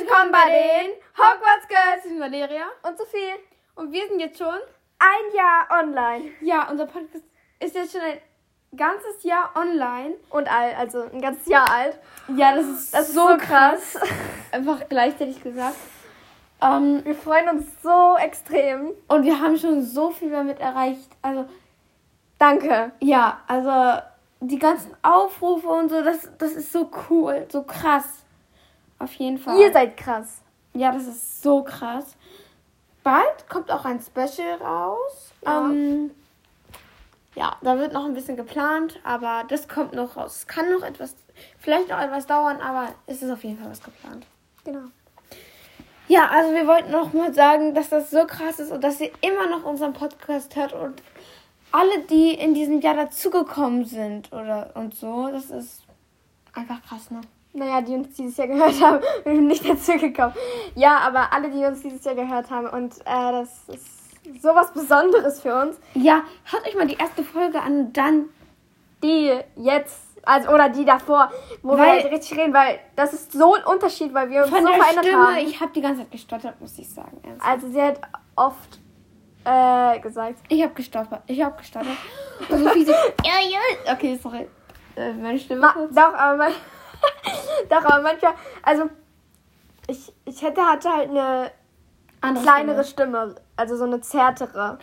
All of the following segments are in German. willkommen bei den Hogwarts Girls. Ich bin Valeria Und Sophie, und wir sind jetzt schon. ein Jahr online. Ja, unser Podcast ist jetzt schon ein ganzes Jahr online. Und alt, also ein ganzes Jahr alt. Ja, das ist, Das ist so krass. Einfach gleichzeitig gesagt. Ähm, Wir freuen uns so extrem. und wir haben schon so viel damit erreicht. Also, Danke. ja, also die ganzen Aufrufe und so, das, das ist so cool, so krass. Auf jeden Fall. Ihr seid krass. Ja, das ist so krass. Bald kommt auch ein Special raus. Ja. Ja. Ähm, ja, da wird noch ein bisschen geplant, aber das kommt noch raus. Es kann noch etwas, vielleicht noch etwas dauern, aber es ist auf jeden Fall was geplant. Genau. Ja, also wir wollten noch mal sagen, dass das so krass ist und dass ihr immer noch unseren Podcast hört und alle, die in diesem Jahr dazugekommen sind oder und so, das ist einfach krass, ne? Naja, die uns dieses Jahr gehört haben, wir sind nicht dazu gekommen. Ja, aber alle, die uns dieses Jahr gehört haben und äh, das ist sowas Besonderes für uns, Ja, hört euch mal die erste Folge an und dann die jetzt, also oder die davor, wo wir Weil- halt richtig reden, weil das ist so ein Unterschied, weil wir uns Von so der verändert Stimme, haben. ich habe die ganze Zeit gestottert, muss ich sagen. ernsthaft. Also sie hat oft äh, gesagt, Ich habe gestottert, ich habe gestottert. Und Sophie so, ja, ja. Okay, sorry. Äh, meine Stimme Ma kurz. doch, aber man doch, aber manchmal, also ich, ich hätte hatte halt eine Andere kleinere Stimme. Stimme, also so eine zärtere.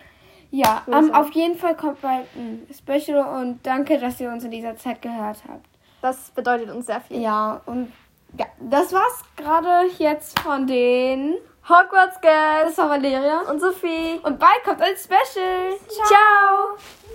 Ja, würde ähm, ich sagen. auf jeden Fall kommt bald ein Special und danke, dass ihr uns in dieser Zeit gehört habt. Das bedeutet uns sehr viel. Ja, und ja, das war's gerade jetzt von den... Hogwarts Girls Das war Valeria. und Sophie. Und bald kommt ein Special. Ciao. Ciao.